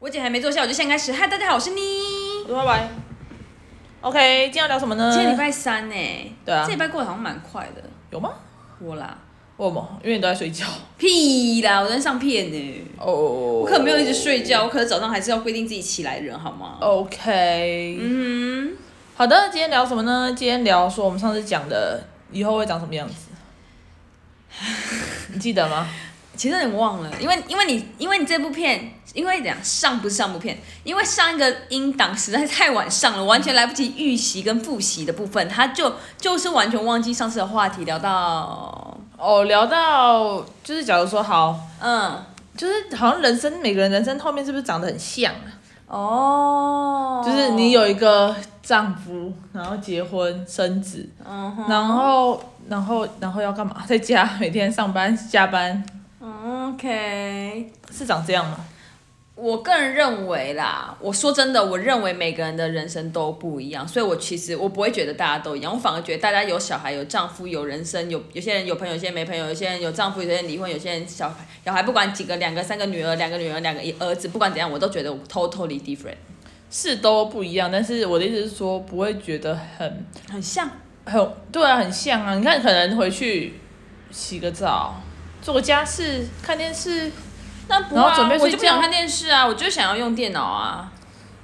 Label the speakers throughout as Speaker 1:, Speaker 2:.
Speaker 1: 我姐还没坐下，我就先开始。嗨，大家好，我是妮。
Speaker 2: 我说拜拜。OK，今天要聊什么呢？
Speaker 1: 今天礼拜三呢、
Speaker 2: 对啊
Speaker 1: 这礼拜过得好像蛮快的。
Speaker 2: 有吗？
Speaker 1: 我啦，
Speaker 2: 我吗？因为你都在睡 觉。
Speaker 1: 屁啦，我在上片呢、
Speaker 2: 哦，我
Speaker 1: 我可没有一直睡觉，我可是早上还是要规定自己起来的人，好吗？
Speaker 2: OK，嗯，好的，今天聊什么呢？今天聊说我们上次讲的以后会长什么样子，你记得 吗？
Speaker 1: 其实你忘了，因为因为你因为你这部片，因为怎样上不是上部片，因为上一个音档实在是太晚上了，完全来不及预习跟复习的部分，他就就是完全忘记上次的话题，聊到
Speaker 2: 哦，聊到就是假如说好，
Speaker 1: 嗯
Speaker 2: 就是好像人生每个人人生后面是不是长得很像啊？
Speaker 1: 哦，
Speaker 2: 就是你有一个丈夫，然后结婚生子，
Speaker 1: 嗯哼
Speaker 2: 然后然后然后要干嘛？在家每天上班加班，
Speaker 1: OK，
Speaker 2: 是长这样吗？
Speaker 1: 我个人认为啦，我说真的，我认为每个人的人生都不一样，所以我其实我不会觉得大家都一样，我反而觉得大家有小孩、有丈夫、有人生，有有些人有朋友，有些人没朋友，有些人有丈夫，有些人离婚，有些人小孩小孩不管几个，两个、三个女儿，两个女儿，两个儿子，不管怎样，我都觉得我 totally different，
Speaker 2: 是都不一样，但是我的意思是说，不会觉得很
Speaker 1: 很像。
Speaker 2: 很对啊，很像啊。你看，可能回去洗个澡，做个家事，看电视，
Speaker 1: 那不、啊、
Speaker 2: 然后准备
Speaker 1: 我
Speaker 2: 睡
Speaker 1: 就不想
Speaker 2: 觉
Speaker 1: 看电视啊，我就想要用电脑啊，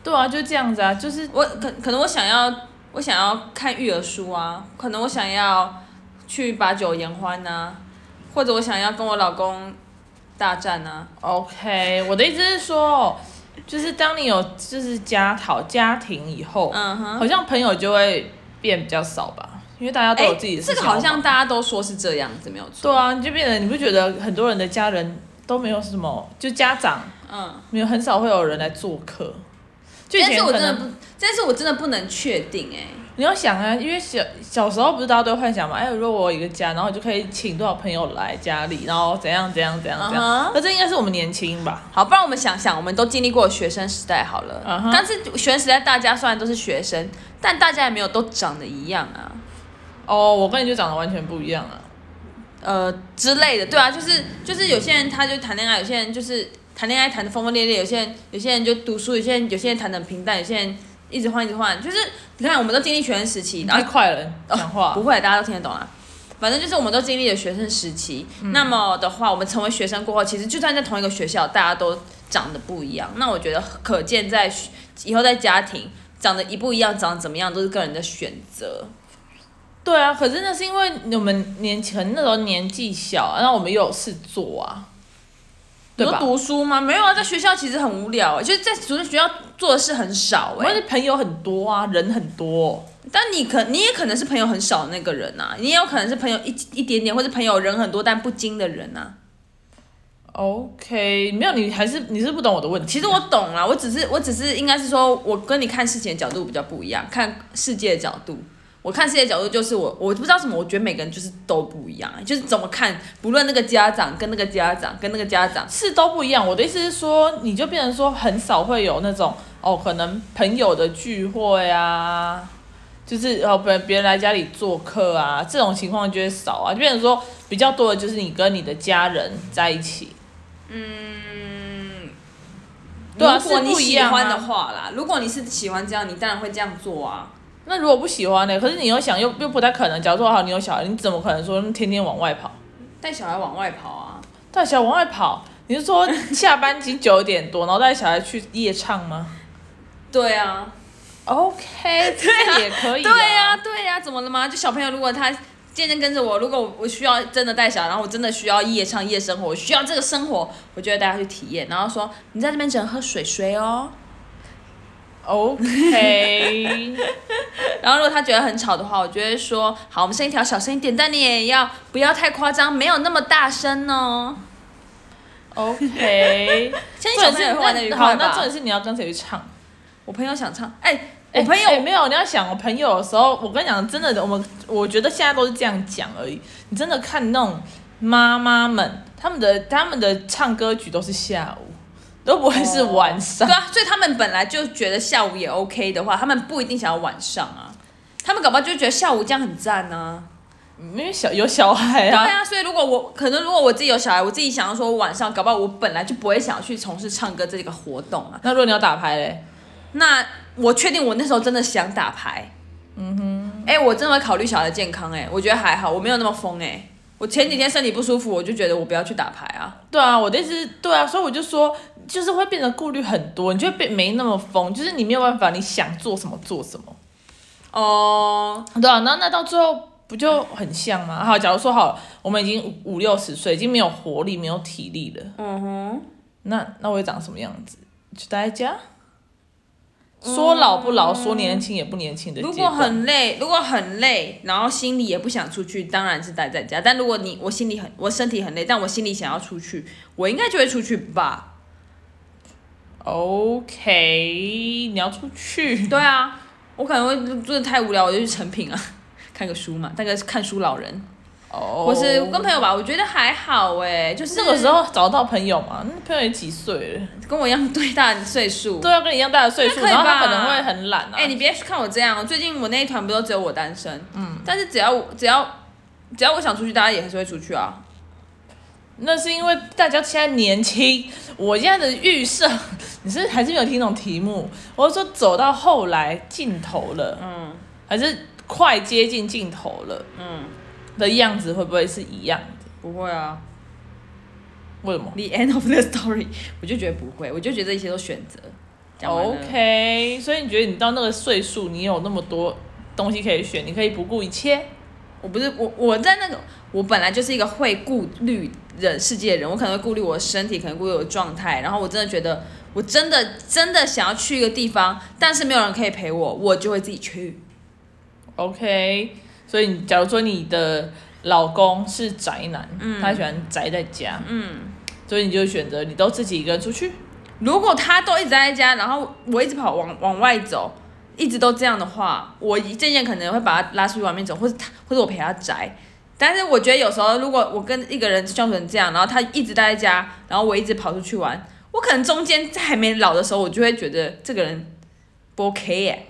Speaker 2: 对啊，就这样子啊，就是
Speaker 1: 我可可能我想要我想要看育儿书啊，可能我想要去把酒言欢呐、或者我想要跟我老公大战呐、
Speaker 2: OK。我的意思是说，就是当你有就是家讨家庭以后，
Speaker 1: 嗯哼，
Speaker 2: 好像朋友就会变比较少吧，因为大家都有自己的事
Speaker 1: 哎这
Speaker 2: 情
Speaker 1: 个
Speaker 2: 要忙、
Speaker 1: 好像大家都说是这样子，没有错。
Speaker 2: 对啊，你就变得你不觉得很多人的家人都没有什么，就家长
Speaker 1: 嗯，
Speaker 2: 没有很少会有人来做客。就以
Speaker 1: 但
Speaker 2: 前
Speaker 1: 是我
Speaker 2: 可
Speaker 1: 真的
Speaker 2: 能
Speaker 1: 不，但是我真的不能确定哎、
Speaker 2: 你要想啊，因为小小时候不是大家都会幻想嘛，哎，如果我有一个家，然后我就可以请多少朋友来家里，然后怎样怎样怎样怎
Speaker 1: 嗯
Speaker 2: 样
Speaker 1: 哼。
Speaker 2: 那、这应该是我们年轻吧？
Speaker 1: 好，不然我们想想，我们都经历过学生时代好了。
Speaker 2: 嗯哼
Speaker 1: 但是学生时代大家虽然都是学生，但大家也没有都长得一样啊。
Speaker 2: 哦，我跟你就长得完全不一样啊。
Speaker 1: 呃之类的，对啊，就是就是有些人他就谈恋爱，有些人就是谈恋爱谈的疯疯烈烈，有些人有些人就读书，有些人有些人谈的平淡，有些人一直换一直换，就是你看我们都经历学生时期，
Speaker 2: 你
Speaker 1: 然
Speaker 2: 太
Speaker 1: 后哦
Speaker 2: 快了，你 讲话。
Speaker 1: 不会大家都听得懂啦。反正就是我们都经历了学生时期，
Speaker 2: 嗯
Speaker 1: 那么的话，我们成为学生过后，其实就算在同一个学校，大家都长得不一样。那我觉得可见在学以后在家庭长得一不一样，长得怎么样都是个人的选择。
Speaker 2: 对啊，可是那是因为我们年前那时候年纪小、啊，然后我们又有事做啊，
Speaker 1: 你
Speaker 2: 对
Speaker 1: 说
Speaker 2: 吧？
Speaker 1: 读书吗？没有啊，在学校其实很无聊、欸，就是在除了学校做的事很少
Speaker 2: 我
Speaker 1: 哎、
Speaker 2: 们的朋友很多啊，人很多、
Speaker 1: 但你可你也可能是朋友很少的那个人啊，你也有可能是朋友一一点点，或者朋友人很多但不精的人啊。
Speaker 2: OK，没有你还是你是不懂我的问题。
Speaker 1: 其实我懂啦，我只是我只是应该是说，我跟你看事情的角度比较不一样，看世界的角度。我看世界的角度就是我，我不知道什么，我觉得每个人就是都不一样，就是怎么看，不论那个家长跟那个家长跟那个家长，
Speaker 2: 是都不一样。我的意思是说，你就变成说很少会有那种哦，可能朋友的聚会啊，就是哦别别人来家里做客啊，这种情况就会少啊，就变成说比较多的就是你跟你的家人在一起。对啊
Speaker 1: 如果
Speaker 2: 是
Speaker 1: 你
Speaker 2: 不一
Speaker 1: 喜
Speaker 2: 样啊
Speaker 1: 欢的话啦，如果你是喜欢这样，你当然会这样做啊。
Speaker 2: 那如果不喜欢呢？可是你又想又又不太可能。假如说好，你有小孩，你怎么可能说天天往外跑？
Speaker 1: 带小孩往外跑啊，
Speaker 2: 带小孩往外跑，你是说下班已经九点多，然后带小孩去夜唱吗
Speaker 1: 对啊，
Speaker 2: ？OK，这也可以、啊
Speaker 1: 对啊呀、对呀、怎么了吗？就小朋友，如果他渐渐跟着我，如果我我需要真的带小孩，然后我真的需要夜唱夜生活，我需要这个生活，我就会带他去体验，然后说你在这边只能喝水水 哦。
Speaker 2: OK，
Speaker 1: 然后如果他觉得很吵的话，我就会说好，我们声音调小声一点，但你也要不要太夸张，没有那么大声哦。
Speaker 2: OK，
Speaker 1: 相信小朋友也会玩的愉快
Speaker 2: 那好，那重
Speaker 1: 吧
Speaker 2: 点？是你要跟谁去唱？
Speaker 1: 我朋友想唱，哎、
Speaker 2: 哎
Speaker 1: 我朋友、
Speaker 2: 哎没有，你要想我朋友的时候，我跟你讲，真的，我们我觉得现在都是这样讲而已。你真的看那种妈妈们，他们的他们的唱歌曲都是下午，都不会是晚上。
Speaker 1: 对啊，所以他们本来就觉得下午也 OK 的话，他们不一定想要晚上啊，他们搞不好就觉得下午这样很赞啊。
Speaker 2: 因为小有小孩
Speaker 1: 对
Speaker 2: 啊，
Speaker 1: 啊，所以如果我可能如果我自己有小孩，我自己想要说晚上，搞不好我本来就不会想要去从事唱歌这个活动啊。
Speaker 2: 那如果你要打牌嘞，
Speaker 1: 那我确定我那时候真的想打牌，嗯哼，哎、我真的会考虑小孩的健康、哎，我觉得还好，我没有那么疯，哎，我前几天身体不舒服，我就觉得我不要去打牌啊，
Speaker 2: 对啊，我的意思是对啊，所以我就说，就是会变得顾虑很多，你就会变没那么疯，就是你没有办法，你想做什么做什么，
Speaker 1: 哦、
Speaker 2: 对啊，那那到最后不就很像吗？好，假如说好了，我们已经五五六十岁，已经没有活力，没有体力了，嗯哼，那那我会长什么样子？就待在家，说老不老，说年轻也不年轻的阶
Speaker 1: 嗯如
Speaker 2: 段，
Speaker 1: 果很累，如果很累，然后心里也不想出去，当然是待在家。但如果你我心里很，我身体很累，但我心里想要出去，我应该就会出去吧？
Speaker 2: OK，你要出去，
Speaker 1: 对啊，我可能会真的太无聊，我就去成品啊，看个书嘛，大概是看书老人，
Speaker 2: 哦，
Speaker 1: 或是跟朋友吧。我觉得还好哎、就是
Speaker 2: 那个时候找到朋友嘛，那朋友也几岁了。
Speaker 1: 跟我一样对大的岁数。
Speaker 2: 对啊，跟你一样大的岁数，
Speaker 1: 那可以
Speaker 2: 然后他
Speaker 1: 吧
Speaker 2: 可能会很懒啊。
Speaker 1: 哎、你别看我这样，最近我那一团不都只有我单身？嗯，但是只要我只要只要我想出去，大家也还是会出去啊。
Speaker 2: 那是因为大家现在年轻，我现在的预设，你是还是没有听懂题目？我是说走到后来尽头了，嗯，还是快接近尽头了，嗯，的样子会不会是一样的？
Speaker 1: 不会啊，
Speaker 2: 为什么
Speaker 1: The end of the story，我就觉得不会，我就觉得这一切都选择。讲完了
Speaker 2: ？OK，所以你觉得你到那个岁数，你有那么多东西可以选，你可以不顾一切？
Speaker 1: 我不是我我在那个我本来就是一个会顾虑人世界的人，我可能会顾虑我的身体，可能顾虑我的状态，然后我真的觉得我真的真的想要去一个地方，但是没有人可以陪我，我就会自己去。
Speaker 2: OK，所以你假如说你的老公是宅男，他喜欢宅在家，嗯，所以你就选择你都自己一个人出去，
Speaker 1: 如果他都一直待在家，然后我一直跑往往外走，一直都这样的话，我一渐渐可能会把他拉出去外面走，或者他或者我陪他宅。但是我觉得有时候如果我跟一个人相处成这样，然后他一直待在家，然后我一直跑出去玩，我可能中间在还没老的时候，我就会觉得这个人不 OK 耶、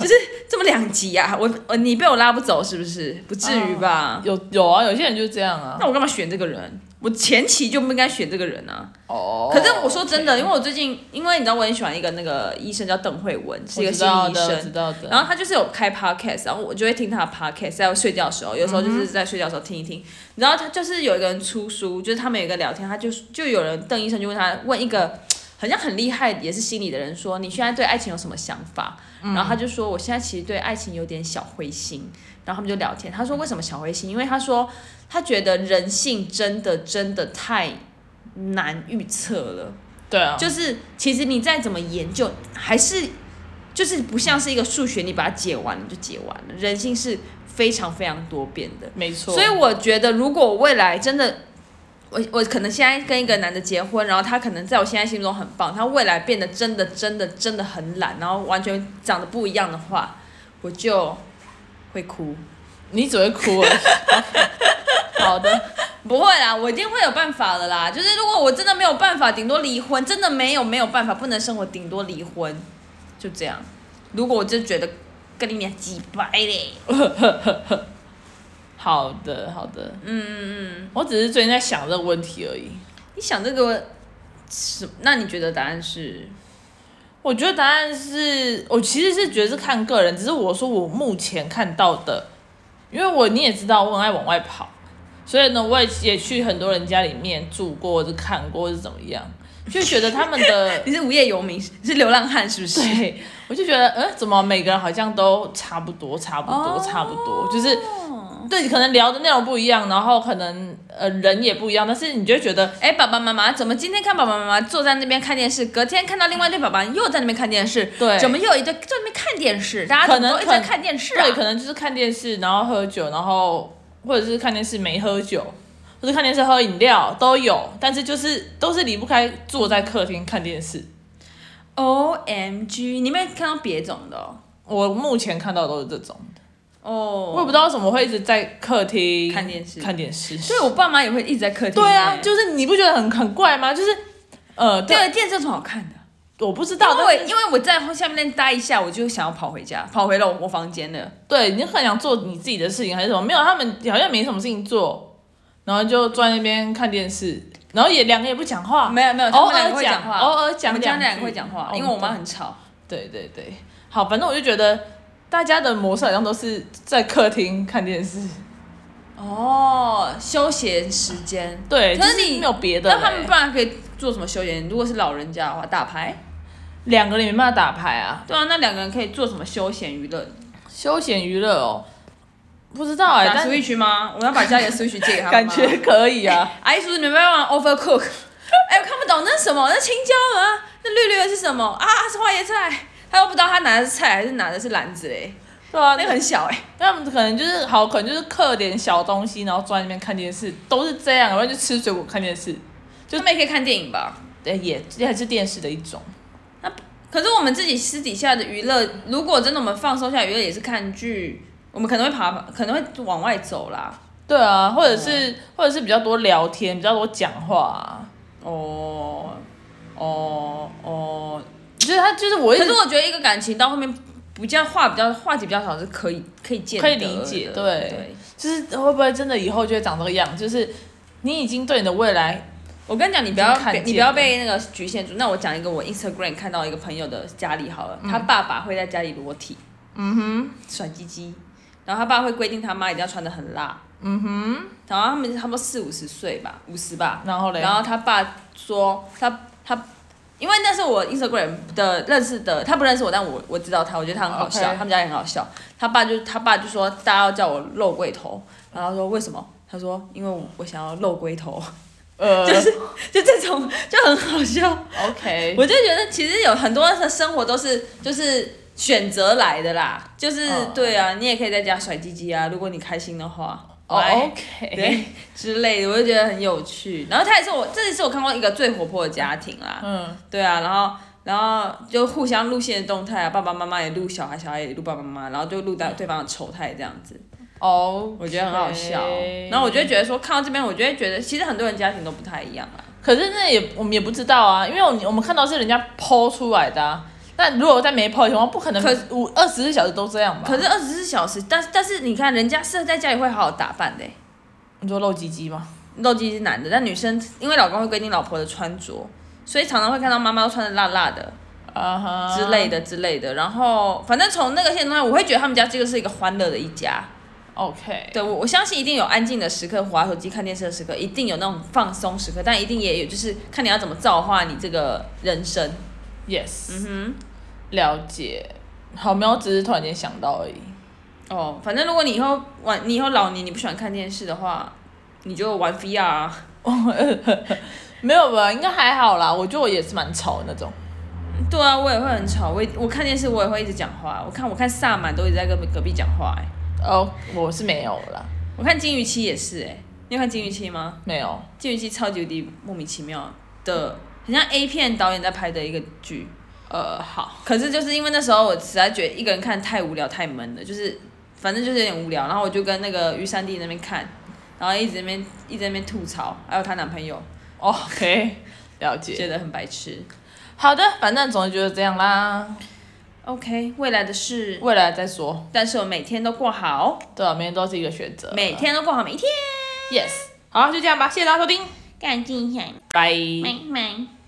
Speaker 1: 就是这么两极啊！我我你被我拉不走是不是？不至于吧？
Speaker 2: 有有啊，有些人就是这样啊。
Speaker 1: 那我干嘛选这个人？我前期就不应该选这个人啊！
Speaker 2: 哦
Speaker 1: 可是我说真的，因为我最近，因为你知道我很喜欢一个那个医生叫邓慧文，是一个
Speaker 2: 知
Speaker 1: 心理
Speaker 2: 道
Speaker 1: 医
Speaker 2: 的，知
Speaker 1: 生。
Speaker 2: 道的。
Speaker 1: 然后他就是有开 podcast，然后我就会听他的 podcast，在睡觉的时候，有时候就是在睡觉的时候听一听。然后他就是有一个人出书，就是他们有一个聊天，他就就有人邓医生就问他问一个好像很厉害也是心理的人说，你现在对爱情有什么想法？然后他就说我现在其实对爱情有点小灰心。然后他们就聊天，他说为什么小灰心？因为他说他觉得人性真的真的太难预测了。
Speaker 2: 对啊，
Speaker 1: 就是其实你再怎么研究，还是就是不像是一个数学，你把它解完了就解完了。人性是非常非常多变的，
Speaker 2: 没错。
Speaker 1: 所以我觉得如果我未来真的。我我可能现在跟一个男的结婚，然后他可能在我现在心目中很棒，他未来变得真的真的真的很懒，然后完全长得不一样的话，我就会哭。
Speaker 2: 你只会哭而已。好的，
Speaker 1: 不会啦，我一定会有办法的啦。就是如果我真的没有办法，顶多离婚，真的没有没有办法不能生活，顶多离婚，就这样。如果我就觉得跟你俩几掰嘞，
Speaker 2: 好的，好的。嗯嗯嗯。我只是最近在想这个问题而已。
Speaker 1: 你想这个什？那你觉得答案是？
Speaker 2: 我觉得答案是我其实是觉得是看个人，只是我说我目前看到的，因为我你也知道我很爱往外跑，所以呢我也也去很多人家里面住过，或者看过，或者怎么样，就觉得他们的
Speaker 1: 你是无业游民，你是流浪汉是不是？
Speaker 2: 对， 我就觉得呃怎么每个人好像都差不多，差不多，
Speaker 1: 哦
Speaker 2: 差不多，就是对可能聊的内容不一样，然后可能呃人也不一样，但是你就会觉得
Speaker 1: 哎，爸爸妈妈怎么今天看爸爸妈妈坐在那边看电视，隔天看到另外一对爸爸又在那边看电视，
Speaker 2: 对
Speaker 1: 怎么又有一对在那边看电视？大家怎么都一直
Speaker 2: 可能
Speaker 1: 在看电视啊？
Speaker 2: 对，可能就是看电视，然后喝酒，然后或者是看电视没喝酒，或者看电视喝饮料都有，但是就是都是离不开坐在客厅看电视。
Speaker 1: O M G，你有没有看到别种的哦？
Speaker 2: 我目前看到的都是这种的，我也
Speaker 1: 哦，
Speaker 2: 不知道为什么会一直在客厅
Speaker 1: 看电视
Speaker 2: 看电视。
Speaker 1: 所以我爸妈也会一直在客厅欸。
Speaker 2: 对啊，就是你不觉得很很怪吗？就是呃，对
Speaker 1: 对，电视有什么好看的？
Speaker 2: 我不知道，
Speaker 1: 因
Speaker 2: 但
Speaker 1: 为
Speaker 2: 是
Speaker 1: 因为我在下面待一下，我就想要跑回家，跑回了我房间了。
Speaker 2: 对你很想做你自己的事情还是什么？没有，他们好像没什么事情做，然后就坐在那边看电视，然后也两个也不讲话，
Speaker 1: 没有没有，他
Speaker 2: 偶
Speaker 1: 们两
Speaker 2: 尔
Speaker 1: 个会讲话，
Speaker 2: 啊偶尔
Speaker 1: 我
Speaker 2: 讲
Speaker 1: 们
Speaker 2: 两
Speaker 1: 家
Speaker 2: 句，
Speaker 1: 两个会讲话
Speaker 2: 哦，
Speaker 1: 因为我妈很吵。
Speaker 2: 对对对，好，反正我就觉得大家的模式好像都是在客厅看电视，
Speaker 1: 哦，休闲时间。
Speaker 2: 对，
Speaker 1: 可是
Speaker 2: 就
Speaker 1: 你
Speaker 2: 没有别的嘞、欸
Speaker 1: 那他们不然可以做什么休闲？如果是老人家的话，打牌。
Speaker 2: 两个人也没办法打牌啊，
Speaker 1: 对啊，那两个人可以做什么休闲娱乐？
Speaker 2: 休闲娱乐哦，不知道哎、
Speaker 1: 打
Speaker 2: 但
Speaker 1: Switch 吗？我要把家里的 Switch 借给他们
Speaker 2: 感
Speaker 1: 吗。
Speaker 2: 觉可 以啊。
Speaker 1: 阿姨叔，你们要玩 Overcook？哎、 我看不懂那是什么，那青椒啊，那绿绿的是什么啊？是花椰菜，他又不知道他拿的是菜还是拿的是篮子嘞，
Speaker 2: 对啊，
Speaker 1: 那
Speaker 2: 那
Speaker 1: 个很小哎、
Speaker 2: 他们可能就是好，可能就是刻点小东西，然后坐在那边看电视，都是这样，然后就吃水果看电视，
Speaker 1: 就他们也可以看电影吧。
Speaker 2: 对，也也还是电视的一种。
Speaker 1: 可是我们自己私底下的娱乐，如果真的我们放松下娱乐也是看剧，我们可能会爬，可能会往外走啦。
Speaker 2: 对啊，或者是、或者是比较多聊天，比较多讲话、啊，
Speaker 1: 哦，哦，哦。
Speaker 2: 就是他就是我一
Speaker 1: 可
Speaker 2: 直
Speaker 1: 是我觉得一个感情到后面比较话比较话题比较少是可以可以见
Speaker 2: 可以
Speaker 1: 得
Speaker 2: 理解
Speaker 1: 的
Speaker 2: 对
Speaker 1: 对。
Speaker 2: 就是会不会真的以后就会长这个样？就是你已经对你的未来，
Speaker 1: 我跟你讲，你不
Speaker 2: 已
Speaker 1: 要
Speaker 2: 经看
Speaker 1: 被
Speaker 2: 见
Speaker 1: 你不要被那个局限住。那我讲一个我 Instagram 看到一个朋友的家里好了，
Speaker 2: 嗯
Speaker 1: 他爸爸会在家里裸体，嗯哼，甩鸡鸡，然后他爸会规定他妈一定要穿的很辣，嗯哼，然后他们差不多四五十岁吧，五十吧，
Speaker 2: 然后嘞，
Speaker 1: 然后他爸说他他，因为那是我 Instagram 的认识的，他不认识我，但我我知道他，我觉得他很好笑
Speaker 2: OK
Speaker 1: 他们家也很好笑。他爸就他爸就说大家要叫我露龟头，然后他说为什么？他说因为我想要露龟头，
Speaker 2: 呃，
Speaker 1: 就是就这种就很好笑。
Speaker 2: OK，
Speaker 1: 我就觉得其实有很多的生活都是就是选择来的啦，就是、
Speaker 2: 嗯
Speaker 1: 对啊，你也可以在家甩鸡鸡啊，如果你开心的话。
Speaker 2: 哦
Speaker 1: 来
Speaker 2: OK，
Speaker 1: 哎对之类的，我就觉得很有趣。然后他也是我，这也是我看过一个最活泼的家庭啦。
Speaker 2: 嗯，
Speaker 1: 对啊，然后然后就互相录线动态啊，爸爸妈妈也录小孩，小孩也录爸爸妈妈，然后就录
Speaker 2: 嗯
Speaker 1: 到对方的丑态这样子，
Speaker 2: 哦，
Speaker 1: 我觉得很好笑。然后我就会觉得说，看到这边，我就会觉得其实很多人家庭都不太一样啊。
Speaker 2: 可是那也我们也不知道啊，因为我们我们看到是人家剖出来的、啊，那如果在没剖的情况，不可能
Speaker 1: 可
Speaker 2: 五二十四小时都这样吧？
Speaker 1: 可是二十四小时，但但是你看，人家是在家里会好好打扮的、欸。
Speaker 2: 你说露鸡鸡吗？
Speaker 1: 肉鸡是男的，但女生因为老公会规定老婆的穿着，所以常常会看到妈妈都穿的辣辣的，
Speaker 2: 啊哈
Speaker 1: 之类的之类的。然后，反正从那个线中间，我会觉得他们家这个是一个欢乐的一家。
Speaker 2: OK，
Speaker 1: 对我，我相信一定有安静的时刻，滑手机、看电视的时刻，一定有那种放松时刻，但一定也有就是看你要怎么造化你这个人生。
Speaker 2: Yes，
Speaker 1: 嗯
Speaker 2: 了解。好，没有，只是突然间想到而已。
Speaker 1: 哼，哦，反正如果你以后晚，你以后老年你不喜欢看电视的话，你就玩 VR 啊。
Speaker 2: 没有吧，应该还好啦。我觉得我也是蛮吵的那种。
Speaker 1: 对啊，我也会很吵，我也我看电视我也会一直讲话，我看我看萨满都一直在跟隔壁讲话、欸，
Speaker 2: 哦，我是没有啦，
Speaker 1: 我看金鱼期也是、欸，哎，你有看金鱼期吗？
Speaker 2: 没有。
Speaker 1: 金鱼姬超级无敌莫名其妙的，很像 A 片导演在拍的一个剧。
Speaker 2: 呃，好，
Speaker 1: 可是就是因为那时候我实在觉得一个人看太无聊太闷了，就是反正就是有点无聊，然后我就跟那个于三弟那边看，然后一直在那边一直在那边吐槽，还有她男朋友
Speaker 2: 哦 OK，了解。
Speaker 1: 觉得很白痴。
Speaker 2: 好的，反正总之就是这样啦，
Speaker 1: OK，未来的事，
Speaker 2: 未来再说。
Speaker 1: 但是我每天都过好，
Speaker 2: 对啊，每天都是一个选择。
Speaker 1: 每天都过好，每一天
Speaker 2: Yes，好，就这样吧，谢谢大家收听，
Speaker 1: 干净一下，
Speaker 2: 拜。
Speaker 1: 拜拜。